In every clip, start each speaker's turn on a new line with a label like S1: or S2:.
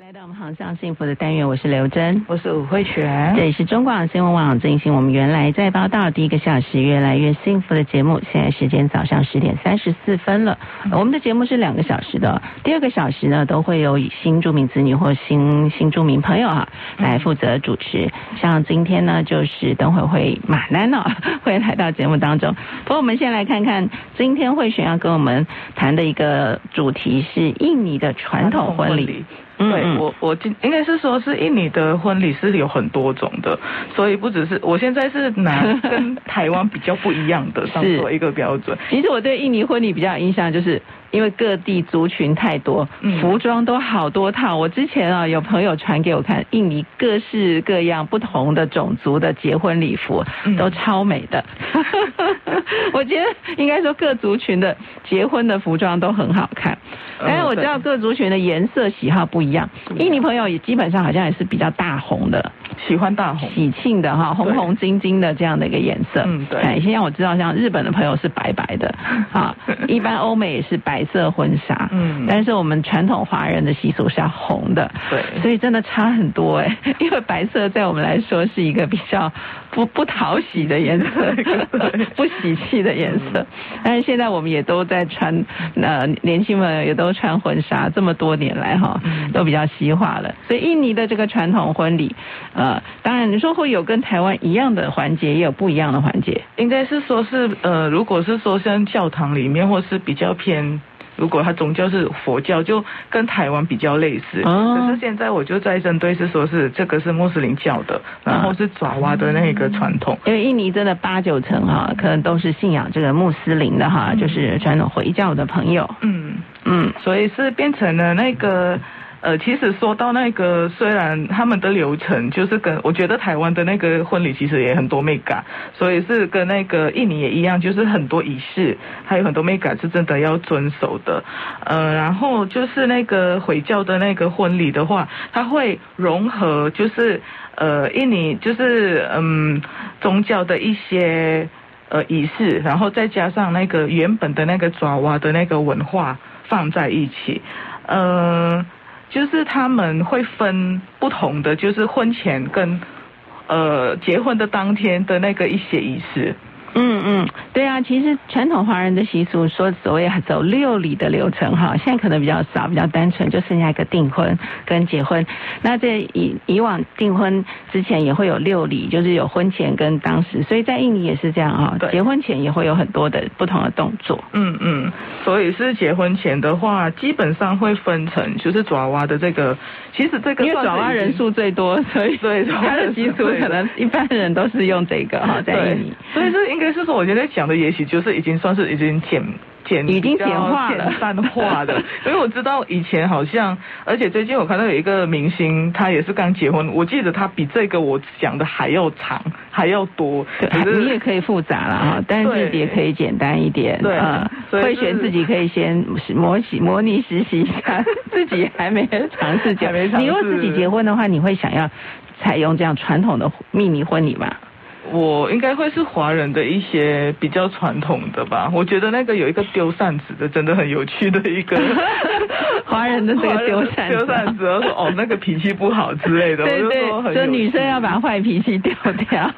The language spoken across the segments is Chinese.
S1: 来到我们航向幸福的单元，我是刘真。
S2: 我是武慧璇。
S1: 这里是中广新闻网进行我们原来在报道第一个小时越来越幸福的节目，现在时间早上十点三十四分了。呃我们的节目是两个小时的，第二个小时呢都会有新住民子女或新新住民朋友啊来负责主持。像今天呢，就是等会会马南哦 会来到节目当中。不过我们先来看看今天慧璇要跟我们谈的一个主题是印尼的传统婚礼。，嗯
S2: 对
S1: 嗯
S2: 我我今应该是说是印尼的婚礼是有很多种的， 所以不只是我现在是拿跟台湾比较不一样 的当做一个标准。
S1: 其实我对印尼婚礼比较有印象，就是因为各地族群太多，
S2: 嗯
S1: 服装都好多套。我之前啊，有朋友传给我看，印尼各式各样不同的种族的结婚礼服
S2: 嗯
S1: 都超美的。 我觉得应该说各族群的结婚的服装都很好看，
S2: 嗯
S1: 但是我知道各族群的颜色喜好不一样。
S2: 不一样
S1: 印尼朋友也基本上好像也是比较大红的，
S2: 喜欢大红，
S1: 喜庆的哈，红
S2: 对
S1: 红金金的这样的一个颜色。
S2: 嗯对
S1: 哎，现在我知道，像日本的朋友是白白 的，啊，一般欧美也是白色婚纱。
S2: 嗯
S1: 但是我们传统华人的习俗是要红的。
S2: 对
S1: 所以真的差很多哎， 因为白色在我们来说是一个比较不不讨喜的颜色
S2: 对， 嗯
S1: 不喜气的颜色。但是现在我们也都在穿，呃，年轻们也都穿婚纱，这么多年来哈
S2: 嗯，
S1: 都比较西化了。所以印尼的这个传统婚礼，呃，当然你说会有跟台湾一样的环节，也有不一样的环节。
S2: 应该是说是呃，如果是说像教堂里面，或是比较偏。如果它宗教是佛教，就跟台湾比较类似。
S1: 哦
S2: 可是现在我就在针对是说是这个是穆斯林教的，然后是爪哇的那个传统。
S1: 因为印尼真的八九成哈，可能都是信仰这个穆斯林的哈，就是传统回教的朋友。
S2: 嗯，
S1: 嗯，
S2: 所以是变成了那个。呃，其实说到那个，虽然他们的流程就是跟我觉得台湾的那个婚礼其实也很多 mega，所以是跟那个印尼也一样，就是很多仪式，还有很多 mega 是真的要遵守的。呃，然后就是那个回教的那个婚礼的话，它会融合就是呃印尼就是嗯宗教的一些呃仪式，然后再加上那个原本的那个爪哇的那个文化放在一起，呃，就是他们会分不同的，就是婚前跟呃结婚的当天的那个一些仪式，
S1: 嗯嗯，对啊，其实传统华人的习俗说所谓走六礼的流程哈，现在可能比较少，比较单纯，就剩下一个订婚跟结婚。那在以以往订婚之前也会有六礼，就是有婚前跟当时，所以在印尼也是这样哈，
S2: 对
S1: 结婚前也会有很多的不同的动作。
S2: 嗯嗯，所以是结婚前的话，基本上会分成就是爪哇的这个，其实这个
S1: 因为
S2: 算是
S1: 爪哇
S2: 已经
S1: 人。数最 多，所以
S2: 对爪哇
S1: 他的
S2: 人数
S1: 习俗
S2: 最
S1: 可
S2: 多
S1: 能一般人都是用这个哈，在
S2: 对
S1: 印尼。，
S2: 所以这应该是说，我觉得讲的也许就是已经算是已经简简
S1: 已经
S2: 比较
S1: 简化了
S2: 简单化的。因为我知道以前好像，而且最近我看到有一个明星，他也是刚结婚，我记得他比这个我讲的还要长，还要多。
S1: 对啊
S2: 可是
S1: 你也可以复杂了哈，但是
S2: 对
S1: 也可以简单一点。
S2: 对
S1: 呃
S2: 所以
S1: 会
S2: 是
S1: 选自己可以先模习模拟实习一下，自己还没尝试结
S2: 还没尝
S1: 你如果自己
S2: 试
S1: 结婚的话，你会想要采用这样传统的秘密婚礼吗？
S2: 我应该会是华人的一些比较传统的吧。我觉得那个有一个丢扇子的，真的很有趣的 一个
S1: 华人的这个丢扇子
S2: 丢扇子，我说哦那个脾气不好之类的，
S1: 对
S2: 我就
S1: 对
S2: 说，很
S1: 就
S2: 有
S1: 女
S2: 趣
S1: 生要把坏脾气丢 掉。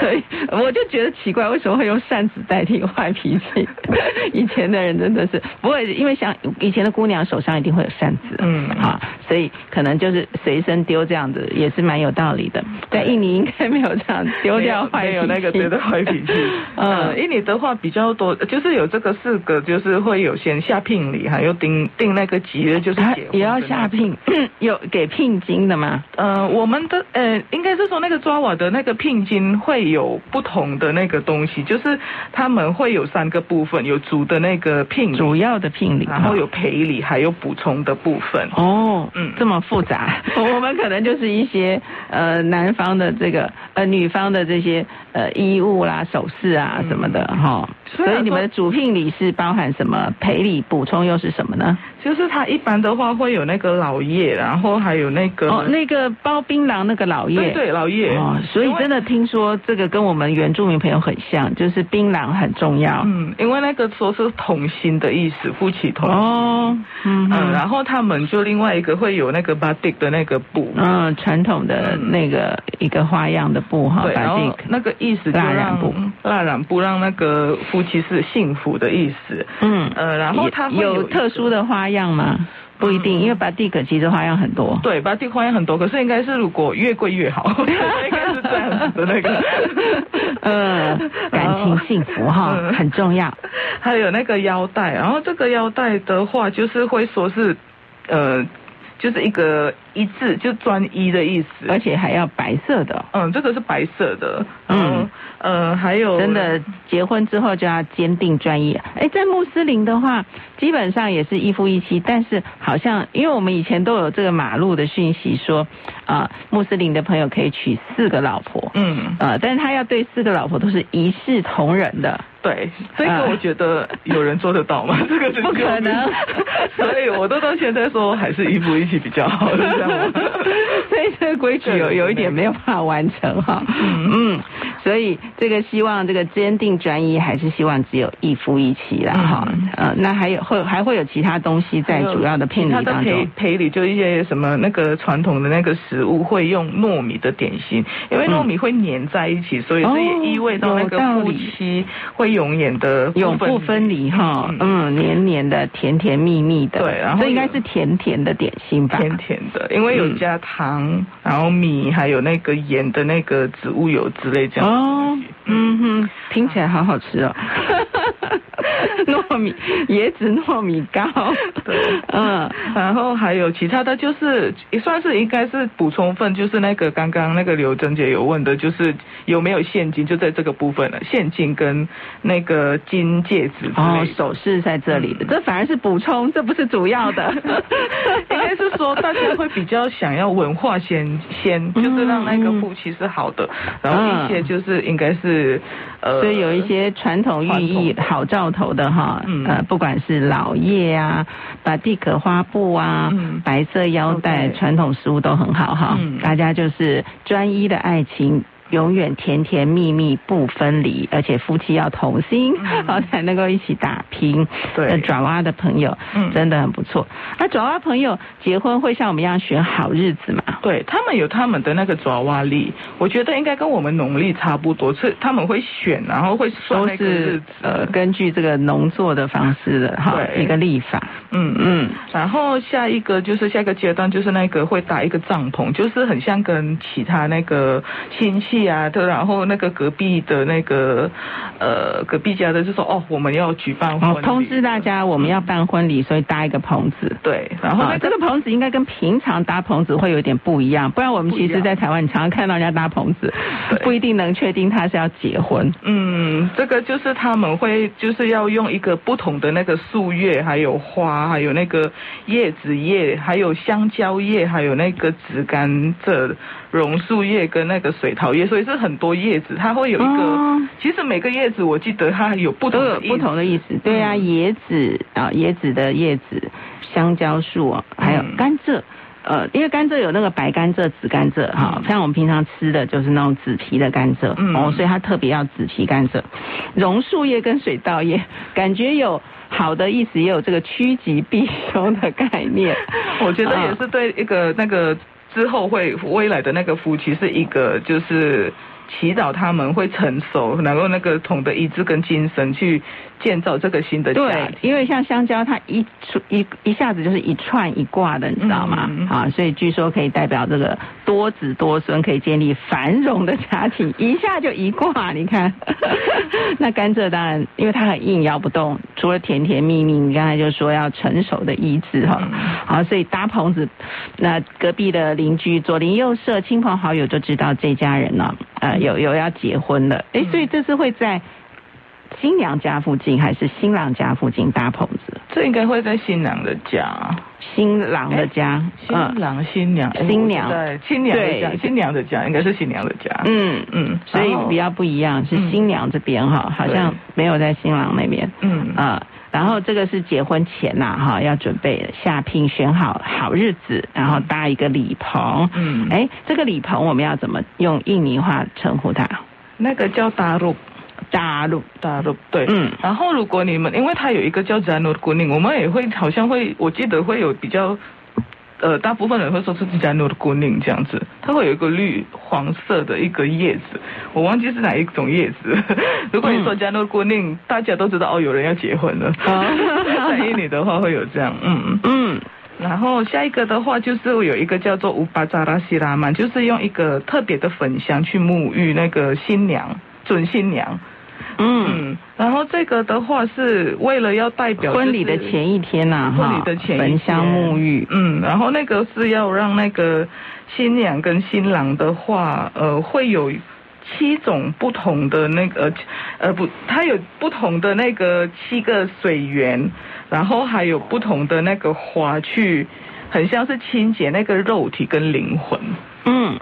S1: 所以我就觉得奇怪，为什么会用扇子代替坏脾气？ 以前的人真的是，不过因为像以前的姑娘手上一定会有扇子，
S2: 嗯
S1: 啊，所以可能就是随身丢这样子也是蛮有道理的。在印尼应该没有这样丢掉坏脾气，。
S2: 没有没有那个丢掉坏脾气嗯，
S1: 嗯，
S2: 印尼的话比较多，就是有这个四个，就是会有先下聘礼，还有定定那个吉日，就是
S1: 啊
S2: 结婚
S1: 也要
S2: 的那
S1: 下
S2: 个。
S1: 聘， 有给聘金的吗？
S2: 呃，我们的呃，应该是说那个抓瓦的那个聘金会有不同的那个东西，就是他们会有三个部分，有主的那个聘礼，
S1: 主要的聘礼，
S2: 然后
S1: 哈
S2: 有赔礼，还有补充的部分。
S1: 哦，嗯
S2: 嗯，
S1: 这么复杂， 我们可能就是一些呃男方的这个呃女方的这些呃衣物啦、首饰啊
S2: 嗯啊
S1: 什么的哈、
S2: 虽
S1: 所
S2: 然
S1: 以你们
S2: 说
S1: 的主聘礼是包含什么？赔礼补充又是什么呢？
S2: 就是就是它一般的话会有那个老叶，然后还有那个
S1: 哦，那个包槟榔那个老叶，
S2: 对对老叶
S1: 哦，所以真
S2: 的。
S1: 的听说这个跟我们原住民朋友很像，就是槟榔很重要。
S2: 嗯，因为那个说是同心的意思，夫妻同心。
S1: 哦，嗯
S2: 嗯，
S1: 嗯
S2: 然后他们就另外一个会有那个 batik 的那个布，
S1: 嗯，传统的那个一个花样的布哈，
S2: 对，
S1: 把
S2: 然
S1: 这
S2: 后
S1: 个
S2: 那个意思就
S1: 蜡染
S2: 让
S1: 布
S2: 蜡染布让那个夫妻是幸福的意思。
S1: 嗯
S2: 呃，然后它会
S1: 有
S2: 有
S1: 有特殊
S2: 的
S1: 的花样吗？不一定，因为把地可其实花样很多。
S2: 嗯 对 batik 花样很多，可是应该是如果越贵越好，应该是这样子的那个。
S1: 嗯，感情幸福哈
S2: 嗯
S1: 很重要。
S2: 还有那个腰带，然后这个腰带的话，就是会说是，呃，就是一个一致，就专一的意思。
S1: 而且还要白色的，
S2: 嗯，这个是白色的。
S1: 嗯
S2: 嗯，呃，还有
S1: 真的结婚之后就要坚定专一。哎，在穆斯林的话，基本上也是一夫一妻，但是好像因为我们以前都有这个马路的讯息说，啊、穆斯林的朋友可以娶四个老婆，
S2: 嗯，
S1: 呃，但是他要对四个老婆都是一视同仁的。
S2: 对，这
S1: 啊
S2: 个我觉得有人做得到 吗？这个是
S1: 不可能
S2: 所以我都到现在说还是一夫一妻比较好，是这样吗？
S1: 所以这个规矩有有一点没有办法完成哈，嗯，所以这个希望这个坚定专一，还是希望只有一夫一妻啦哈
S2: 嗯，
S1: 呃，那还有会还会有其他东西 在主要的聘
S2: 他
S1: 礼
S2: 的
S1: 当
S2: 赔
S1: 中，
S2: 赔礼就一些什么那个传统的那个食物会用糯米的点心，因为糯米会粘在一起，所以这也意味到那个
S1: 哦嗯有道
S2: 夫
S1: 理
S2: 妻会永远的
S1: 永不分离哈，
S2: 嗯，
S1: 嗯，黏黏的，甜甜蜜蜜的，
S2: 对然后
S1: 这应该
S2: 有
S1: 是甜甜的点心吧，
S2: 甜甜的，因
S1: 嗯
S2: 为有加糖，然后米还有那个盐的那个植物油之类这样。
S1: 哦，嗯哼，听起来好好吃哦。糯米椰子糯米糕，
S2: 对
S1: 嗯，
S2: 然后还有其他的就是，也算是应该是补充份，就是那个刚刚那个刘珍姐有问的，就是有没有现金，就在这个部分了，现金跟那个金戒指之类的。嗯
S1: 哦，首饰在这里的，这反而是补充，这不是主要的。
S2: 应该是说大家会比较想要文化先先，就是让那
S1: 嗯
S2: 个夫妻是好的，然后一些就是应该是 呃，
S1: 所以有一些传统寓意
S2: 传统
S1: 好兆头的哈，
S2: 嗯
S1: 呃，不管是老叶啊、把地可花布啊、
S2: 嗯
S1: 白色腰带、
S2: 对
S1: 传统食物都很好哈。
S2: 嗯
S1: 大家就是专一的爱情，永远甜甜蜜蜜不分离，而且夫妻要同心，
S2: 嗯
S1: 好才能够一起打拼。
S2: 对
S1: 呃爪哇的朋友、
S2: 嗯
S1: 真的很不错。那爪哇朋友结婚会像我们一样选好日子吗？
S2: 对他们有他们的那个爪哇历，我觉得应该跟我们农历差不多，是他们会选，然后会算
S1: 都
S2: 那个日
S1: 是
S2: 子，
S1: 呃根据这个农作的方式的哈
S2: 对
S1: 一个立法，
S2: 嗯嗯。
S1: 嗯，
S2: 然后下一个就是下一个阶段，就是那个会搭一个帐篷，就是很像跟其他那个亲戚啊，就然后那个隔壁的那个呃隔壁家的就说哦，我们要举办婚
S1: 哦
S2: 礼，，
S1: 通知大家我们要办婚礼，所以搭一个棚子。
S2: 对，然后
S1: 啊
S2: 那
S1: 这
S2: 个、
S1: 个棚子应该跟平常搭棚子会有点不一样，不然我们其
S2: 不一
S1: 实，
S2: 样
S1: 在台湾你常常看到人家搭棚子，
S2: 对
S1: 不一定能确定他是要结婚。
S2: 嗯，这个就是他们会就是要用一个不同的那个树叶，还有花，还有那个叶子叶，还有香蕉叶，还有那个紫甘蔗、榕树叶跟那个水桃叶，所以是很多叶子，它会有一个，
S1: 哦
S2: 其实每个叶子我记得它有不同
S1: 都
S2: 的
S1: 有
S2: 意思
S1: 不同的意思，对啊，
S2: 嗯
S1: 椰子啊，椰子的叶子，香蕉树啊，还有
S2: 嗯
S1: 甘蔗，呃，因为甘蔗有那个白甘蔗、紫甘蔗哈，像我们平常吃的就是那种紫皮的甘蔗，
S2: 嗯，
S1: 哦，所以它特别要紫皮甘蔗，榕树叶跟水稻叶，感觉有好的意思，也有这个趋吉避凶的概念
S2: 我觉得也
S1: 啊
S2: 是对一个那个之后会未来的那个夫妻是一个就是。祈祷他们会成熟，然后那个同的意志跟精神去建造这个新的家
S1: 对
S2: 庭。，
S1: 因为像香蕉，它一出一一下子就是一串一挂的，你知道吗？
S2: 嗯
S1: 啊，所以据说可以代表这个多子多孙，可以建立繁荣的家庭，一下就一挂，你 看。那甘蔗当然，因为它很硬，摇不动，除了甜甜蜜蜜，你刚才就说要成熟的意志哈
S2: 嗯。
S1: 好，所以搭棚子，那隔壁的邻居、左邻右舍、亲朋好友就知道这家人呢、
S2: 嗯
S1: 呃，有有要结婚了。哎，所以这是会在。新娘家附近还是新郎家附近搭棚子？
S2: 这应该会在新娘的家，
S1: 新郎的家，嗯
S2: 新郎新娘，哎
S1: 新娘
S2: 对，新娘的家
S1: 对，
S2: 新娘的家应该是新娘的家，
S1: 嗯嗯，
S2: 嗯，
S1: 所以
S2: 然后
S1: 比较不一样，是
S2: 嗯
S1: 新娘这边哈，好像没有在新郎那边，
S2: 嗯
S1: 啊、然后这个是结婚前呐、哈，要准备下聘，选好好日子，然后搭一个礼棚。
S2: 嗯
S1: 哎，这个礼棚我们要怎么用印尼话称呼它？
S2: 那个叫达鲁。
S1: 大陆。
S2: 大陆对，
S1: 嗯
S2: 然后如果你们，因为它有一个叫 Janur Kuning，我们也会好像会，我记得会有比较，呃，大部分人会说是 Janur Kuning 这样子，它会有一个绿黄色的一个叶子，我忘记是哪一种叶子。 如果你说
S1: 嗯
S2: Janur Kuning，、大家都知道哦，有人要结婚了。
S1: 哦
S2: 在印尼的话会有这样，嗯嗯。
S1: 嗯
S2: 然后下一个的话就是有一个叫做乌巴扎拉西拉曼，就是用一个特别的粉香去沐浴那个新娘准新娘。
S1: 嗯，
S2: 嗯，然后这个的话是为了要代表、
S1: 婚礼的
S2: 一
S1: 前一天呐、哈，
S2: 婚礼的前一
S1: 焚香
S2: 天
S1: 沐浴。
S2: 嗯，然后那个是要让那个新娘跟新郎的话，呃，会有七种不同的那个，呃，不，它有不同的那个七个水源，然后还有不同的那个花去，很像是清洁那个肉体跟灵魂。
S1: 嗯，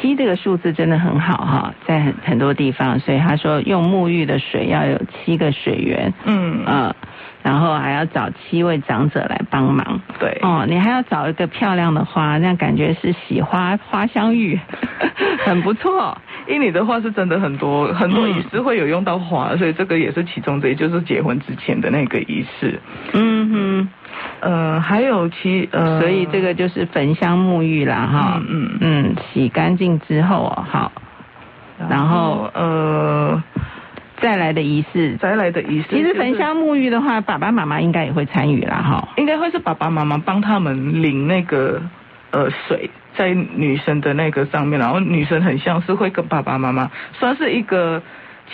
S1: 七这个数字真的很好哈，在很很多地方，所以他说用沐浴的水要有七个水源，
S2: 嗯，
S1: 嗯，然后还要找七位长者来帮忙。
S2: 对，
S1: 哦，你还要找一个漂亮的花，那感觉是喜花花香 玉，很不错。
S2: 印尼的话是真的很多很多仪式会有用到花，所以这个也是其中之一，就是结婚之前的那个仪式。
S1: 嗯
S2: 呃，还有其
S1: 哼，
S2: 呃，
S1: 所以这个就是焚香沐浴啦哈。
S2: 嗯嗯
S1: 嗯，洗干净之后哦，好，然
S2: 然
S1: 后
S2: 后呃，
S1: 再来的仪式。
S2: 再来的仪式、
S1: 其实焚，香沐浴的话，爸爸妈妈应该也会参与啦哈。
S2: 应该会是爸爸妈妈帮他们淋那个呃水在女生的那个上面，然后女生很像是会跟爸爸妈妈算是一个。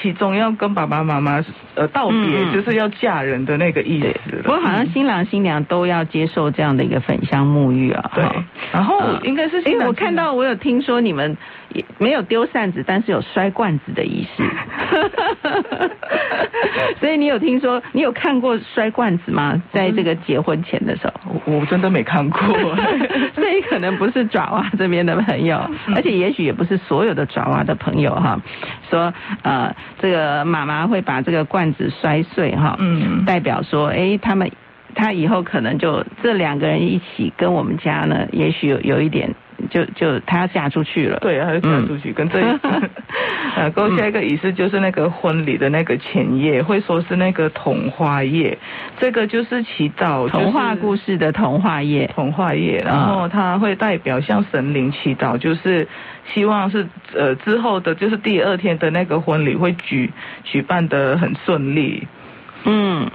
S2: 其中要跟爸爸妈妈呃道别，
S1: 嗯嗯
S2: 就是要嫁人的那个意思了。
S1: 不过好像新郎新娘都要接受这样的一个焚香沐浴啊。
S2: 对呃
S1: 哈，
S2: 然后
S1: 嗯
S2: 应该是
S1: 因
S2: 新
S1: 为
S2: 郎
S1: 我看到我有听说你们也没有丢扇子，但是有摔罐子的 仪式。所以你有听说，你有看过摔罐子吗？在这个结婚前的时候，
S2: 我我真的没看过，
S1: 所以哦可能不是爪哇这边的朋友，而且也许也不是所有的爪哇的朋友哈。说呃，这个妈妈会把这个罐子摔碎哈，
S2: 嗯，
S1: 代表说，哎，他们他以后可能就这两个人一起跟我们家呢，也许有有一点就就他要嫁出去了。，
S2: 对，还有嫁出去，跟这 一然后下一个仪式就是那个婚礼的那个前夜，会说是那个桐花夜，这个就是祈祷、
S1: 童话故
S2: 事。啊
S1: 事的童话夜。
S2: 童话夜，然后它会代表向神灵祈祷，就是希望是呃之后的，就是第二天的那个婚礼会举举办的很顺利。
S1: 嗯，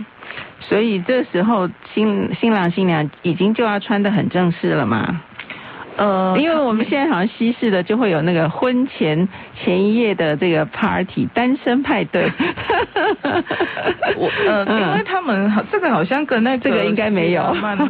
S1: 所以这时候新新郎新娘已经就要穿的很正式了嘛。
S2: 呃
S1: 因为我们现在好像西式的就会有那个婚前前一夜的这个 party 单身派 对，
S2: 我呃，因为
S1: 嗯
S2: 他们好，这个好像跟那个
S1: 这个应该没有
S2: 曼的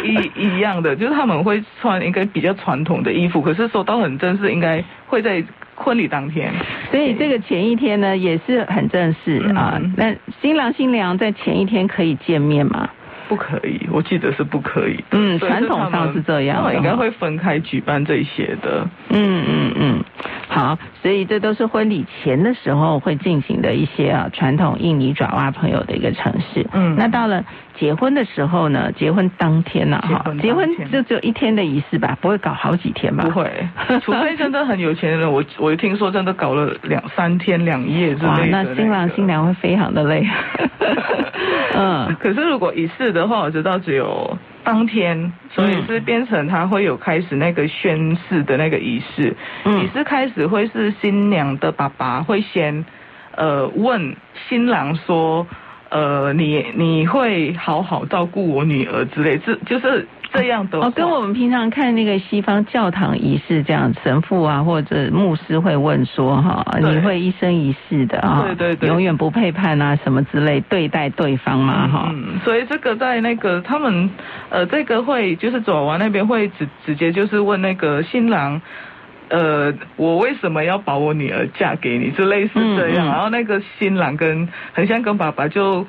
S2: 一一样的，就是他们会穿一个比较传统的衣服，可是说到很正式，应该会在婚礼当天。
S1: 所以这个前一天呢也是很正式
S2: 嗯
S1: 啊。那新郎新娘在前一天可以见面吗？
S2: 不可以，我记得是不可以的。
S1: 嗯
S2: 所以
S1: 传统上
S2: 他们
S1: 是这样的
S2: 他们应该
S1: 哈
S2: 会分开举办这些的。
S1: 嗯嗯嗯，好，所以这都是婚礼前的时候会进行的一些啊传统印尼爪哇朋友的一个城市。
S2: 嗯
S1: 那到了结婚的时候呢，结婚当天呢、哈，结
S2: 结婚
S1: 婚
S2: 当天
S1: 就只有一天的仪式吧，不会搞好几天吧？
S2: 不会， 除非真的很有钱的人，我我听说真的搞了两三天两夜之类 的、
S1: 哇，
S2: 那
S1: 那
S2: 个
S1: 新郎新娘会非常的累。 嗯，
S2: 可是如果仪式的话，我知道只有当天，所以是变成他会有开始那个宣誓的那个仪式。
S1: 嗯
S2: 仪式开始会是新娘的爸爸会先呃问新郎说，呃你你会好好照顾我女儿之类，这就是这样的话。
S1: 哦，跟我们平常看那个西方教堂仪式这样，神父啊或者牧师会问说哈，
S2: 对
S1: 你会一生一世的啊，
S2: 对对对
S1: 永远不背叛啊什么之类对待对方嘛哈。
S2: 嗯，所以这个在那个他们呃，这个会就是爪哇那边会直直接就是问那个新郎。呃，我为什么要把我女儿嫁给你？就类似这样，
S1: 嗯嗯
S2: 然后那个新郎跟很像跟爸爸就，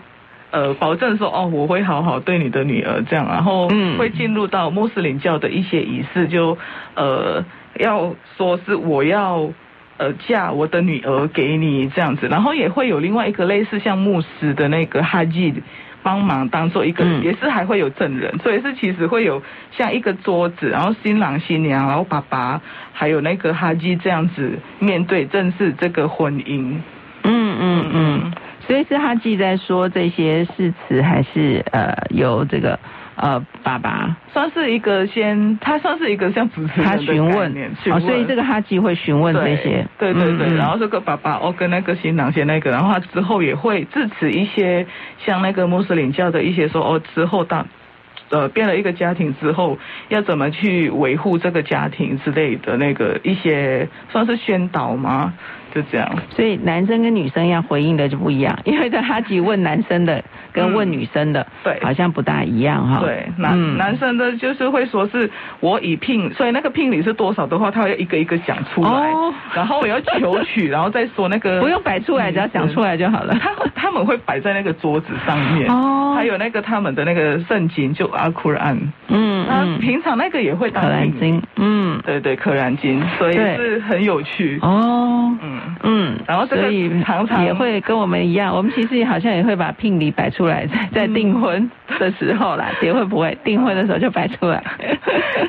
S2: 呃，保证说哦，我会好好对你的女儿这样，然后
S1: 嗯
S2: 会进入到穆斯林教的一些仪式，就呃要说是我要呃嫁我的女儿给你这样子，然后也会有另外一个类似像牧师的那个哈吉帮忙当做一个，
S1: 嗯
S2: 也是还会有证人，所以是其实会有像一个桌子，然后新郎新娘，然后爸爸，还有那个哈基这样子面对正式这个婚姻。
S1: 嗯嗯嗯，所以是哈记在说这些誓词，还是呃由这个呃爸爸
S2: 算是一个先，他算是一个像主持人的
S1: 他询
S2: 概
S1: 问
S2: 念，啊询
S1: 哦，
S2: 问
S1: 所以这个哈记会询问这些，
S2: 对对对对，
S1: 嗯嗯
S2: 然后这个爸爸哦跟那个新郎先那个，然后他之后也会致辞一些像那个穆斯林教的一些说哦之后当。呃，变了一个家庭之后，要怎么去维护这个家庭之类的那个一些算是宣导吗？就这样。
S1: 所以男生跟女生要回应的就不一样，因为这哈记问男生的跟问女生的，
S2: 嗯对
S1: 好像不大一样哈。嗯
S2: 对，男、男生的就是会说是我以聘，所以那个聘礼是多少的话，他要一个一个讲出来，
S1: 哦
S2: 然后我要求取，然后再说那个
S1: 不用摆出
S2: 嗯
S1: 来，只要讲出来就好了。
S2: 他会他们会摆在那个桌子上面，
S1: 哦
S2: 还有那个他们的那个圣经就阿库尔安，
S1: 嗯
S2: 那、
S1: 嗯，
S2: 平常那个也会当
S1: 可兰
S2: 聘礼，
S1: 经，嗯，
S2: 对对，可兰经，所以
S1: 对
S2: 是很有趣，
S1: 哦。
S2: 嗯，
S1: 嗯，
S2: 然后这个
S1: 所以
S2: 常常
S1: 也会跟我们一样，我们其实好像也会把聘礼摆出来，在在订婚
S2: 嗯
S1: 的时候啦，结婚不会，订婚的时候就摆出来。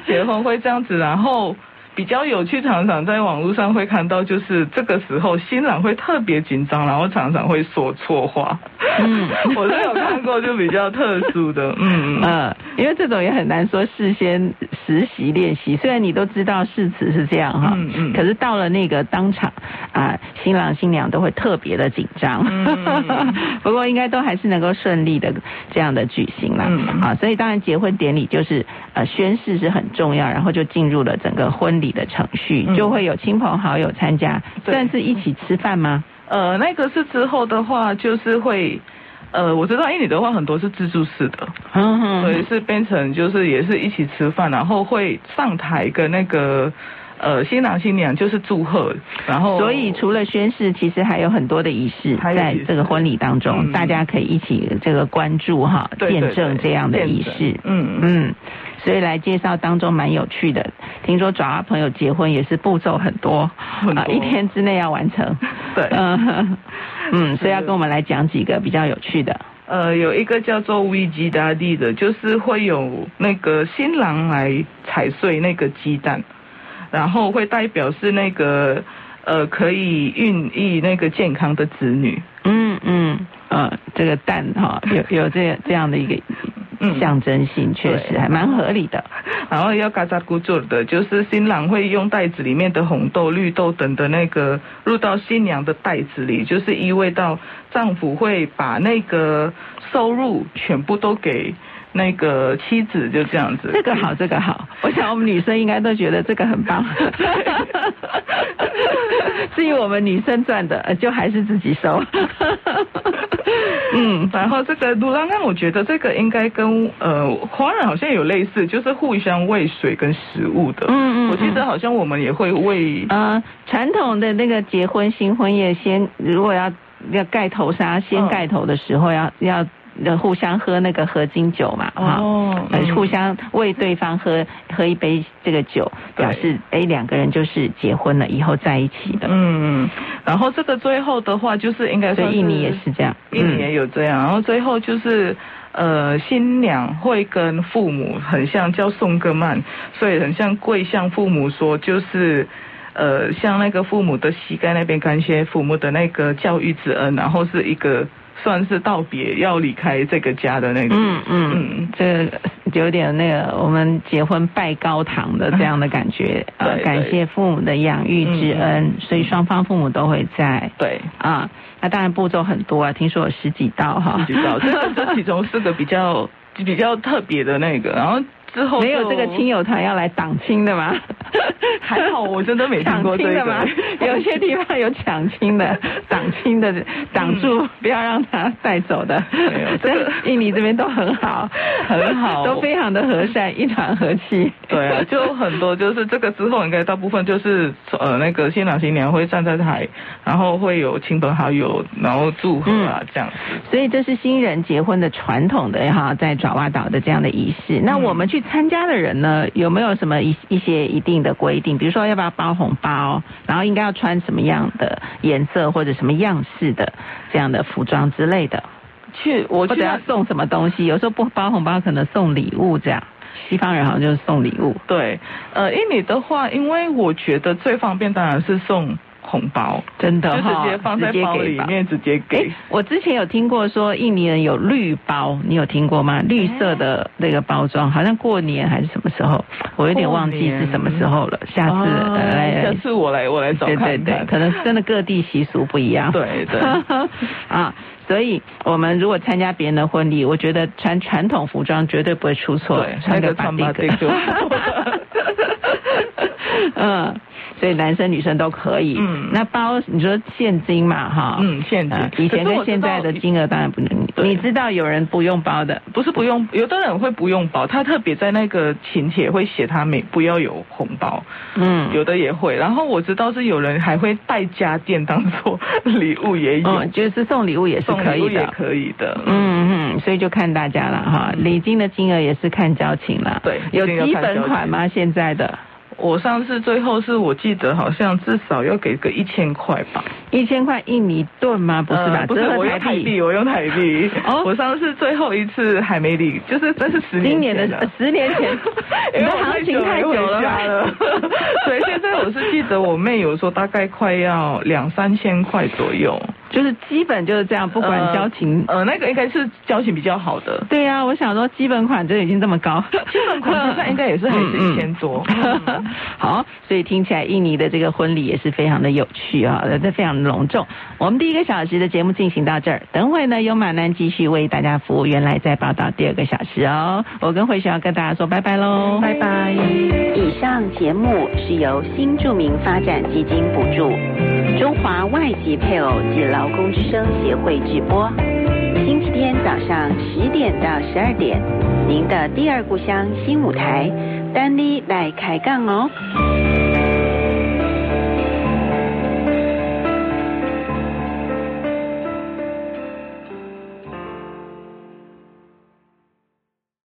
S2: 结婚会这样子，然后。比较有趣，常常在网络上会看到，就是这个时候新郎会特别紧张，然后常常会说错话。
S1: 嗯
S2: 我都有看过，就比较特殊的，嗯，
S1: 嗯，因为这种也很难说事先实习练习，虽然你都知道誓词是这样哈，
S2: 嗯嗯
S1: 可是到了那个当场啊，新郎新娘都会特别的紧张，
S2: 嗯
S1: 不过应该都还是能够顺利的这样的举行啦，
S2: 嗯
S1: 啊，所以当然结婚典礼就是呃宣誓是很重要，然后就进入了整个婚礼的程序，
S2: 嗯
S1: 就会有亲朋好友参加，
S2: 对
S1: 算是一起吃饭吗？
S2: 呃，那个是之后的话，就是会，呃，我知道印尼的话很多是自助式的，
S1: 嗯哼
S2: 所以是变成就是也是一起吃饭，然后会上台跟那个呃新郎新娘就是祝贺，然后
S1: 所以除了宣誓，其实还有很多的仪式
S2: 还有
S1: 在
S2: 仪式
S1: 这个婚礼当中，
S2: 嗯
S1: 大家可以一起这个关注哈，
S2: 对对
S1: 见证
S2: 对
S1: 这样的
S2: 见
S1: 仪
S2: 证
S1: 式。
S2: 嗯嗯
S1: 嗯，所以来介绍当中蛮有趣的。听说爪哇朋友结婚也是步骤很多，
S2: 很
S1: 啊、
S2: 多
S1: 一天之内要完成。
S2: 对
S1: 嗯 嗯，所以要
S2: 是
S1: 跟我们来讲几个比较有趣的。
S2: 呃有一个叫做维吉达利的，就是会有那个新郎来踩碎那个鸡蛋，然后会代表是那个呃可以孕育那个健康的子女，
S1: 嗯嗯呃，这个蛋 哈、有有这这样的一个
S2: 嗯
S1: 象征性，确实
S2: 对
S1: 还蛮合理的。
S2: 然后要嘎扎古做的，就是新郎会用袋子里面的红豆、绿豆等的那个入到新娘的袋子里，就是意味到丈夫会把那个收入全部都给那个妻子，就这样子。
S1: 这个好，这个好，我想我们女生应该都觉得这个很 棒。 至于我们女生赚的，呃就还是自己收。嗯
S2: 嗯，然后这个卢浪浪，我觉得这个应该跟呃华人好像有类似，就是互相喂水跟食物的。
S1: 嗯嗯
S2: 我记得好像我们也会喂。
S1: 呃，传统的那个结婚新婚夜先，如果要要盖头纱，先
S2: 嗯
S1: 盖头的时候要、要要互相喝那个合金酒嘛，哈、
S2: 哦
S1: 呃
S2: 嗯
S1: 互相为对方喝喝一杯这个酒，
S2: 对
S1: 表示哎两个人就是结婚了，以后在一起的。
S2: 嗯，然后这个最后的话就是应该
S1: 所
S2: 算
S1: 以
S2: 是
S1: 印尼也是这样，
S2: 一
S1: 嗯
S2: 年也有这样，然后最后就是。呃，新娘会跟父母很像，叫宋格曼，所以很像跪向父母说，就是，呃，向那个父母的膝盖那边感谢父母的那个教育之恩，然后是一个算是道别，要离开这个家的那个，
S1: 嗯嗯
S2: 嗯，
S1: 这个有点那个我们结婚拜高堂的这样的感觉，呃，
S2: 对嗯
S1: 感谢父母的养育之恩，所以双方父母都会在
S2: 对，
S1: 啊。那当然步骤很多啊，听说有十几道哈，
S2: 自己找，这个这其中是个比较比较特别的那个，然后之后
S1: 没有
S2: 就
S1: 这个亲友团要来挡亲的吗？
S2: 还好我真的没听过这个
S1: 抢亲的吗？有些地方有抢亲的、挡亲的、挡住，不要让他带走的。
S2: 嗯没有这个
S1: 印尼这边都很好，
S2: 很好
S1: 都非常的和善，一团和气。
S2: 对啊，就很多就是这个之后，应该大部分就是呃那个新郎新娘会站在台，然后会有亲朋好友，然后祝贺啊、这样子。
S1: 所以这是新人结婚的传统的哈，在爪哇岛的这样的仪式。那
S2: 嗯
S1: 我们去参加的人呢，有没有什么一一些一定的规定？比如说要不要包红包，然后应该要穿什么样的颜色或者什么样式的这样的服装之类的？
S2: 去我
S1: 或
S2: 去
S1: 者
S2: 那
S1: 要送什么东西，有时候不包红包，可能送礼物这样。西方人好像就是送礼物，
S2: 对，呃，印尼的话，因为我觉得最方便当然是送红包，
S1: 真的
S2: 就
S1: 哈、
S2: 直接放在
S1: 直接
S2: 包
S1: 给
S2: 里
S1: 吧
S2: 面直接给。
S1: 诶我之前有听过说印尼人有绿包，你有听过吗？绿色的那个包装，好像过年还是什么时候，我有点忘记是什么时候了。下次、
S2: 哦
S1: 呃来来
S2: 下次我来我来找
S1: 对
S2: 看看。
S1: 对对，可能真的各地习俗不一样。
S2: 对对
S1: 啊，所以我们如果参加别人的婚礼，我觉得穿传统服装绝对不会出错，
S2: 对
S1: 穿
S2: 那
S1: 个
S2: 个
S1: 板
S2: 穿
S1: 定
S2: 巴
S1: 格
S2: 丁就不错。
S1: 嗯，所以男生女生都可以。
S2: 嗯
S1: 那包你说现金嘛，哈，
S2: 嗯现金
S1: 啊以前
S2: 可是
S1: 跟
S2: 我知道嗯
S1: 现在的金额当然不能。
S2: 对
S1: 你知道有人不用包的，
S2: 不是不用，有的人会不用包，他特别在那个请帖会写他没不要有红包，
S1: 嗯，
S2: 有的也会。然后我知道是有人还会带家电当做礼物也有，
S1: 嗯，就是送礼物也是
S2: 送
S1: 可
S2: 礼物
S1: 以
S2: 也
S1: 的。
S2: 可以的。
S1: 嗯嗯，所以就看大家了哈，礼金的金额也是看交情了。
S2: 对
S1: 有
S2: 一定要
S1: 基
S2: 看
S1: 本
S2: 交
S1: 款
S2: 情
S1: 吗？现在的
S2: 我上次最后是我记得好像至少要给个一千块吧，
S1: 一千块印尼盾吗？不是吧？
S2: 呃不是
S1: 折合
S2: 我用台币，我用台币。
S1: 哦
S2: 我上次最后一次还没领，就是那是十
S1: 今
S2: 年
S1: 年
S2: 前
S1: 的
S2: 了，
S1: 呃十年前
S2: 因
S1: 你
S2: 为
S1: 的
S2: 我
S1: 行情太久了
S2: 没回家
S1: 吧
S2: 了， 所以现在我是记得我妹有说大概快要两三千块左右，
S1: 就是基本就是这样，不管交情。
S2: 呃呃，呃那个应该是交情比较好 的，
S1: 对呀、我想说基本款就已经这么高，嗯
S2: 基本款现在应该也是还是一千多。 嗯
S1: 好，所以听起来印尼的这个婚礼也是非常的有趣啊，这非常隆重。我们第一个小时的节目进行到这儿，等会呢由马南继续为大家服务，原来在报道第二个小时哦。我跟慧璇要跟大家说拜拜喽，
S2: 拜拜
S1: 以上节目是由新著名发展基金补助，中华外籍配偶及劳工之声协会直播，星期天早上十点到十二点，您的第二故乡新舞台，丹妮来开杠哦。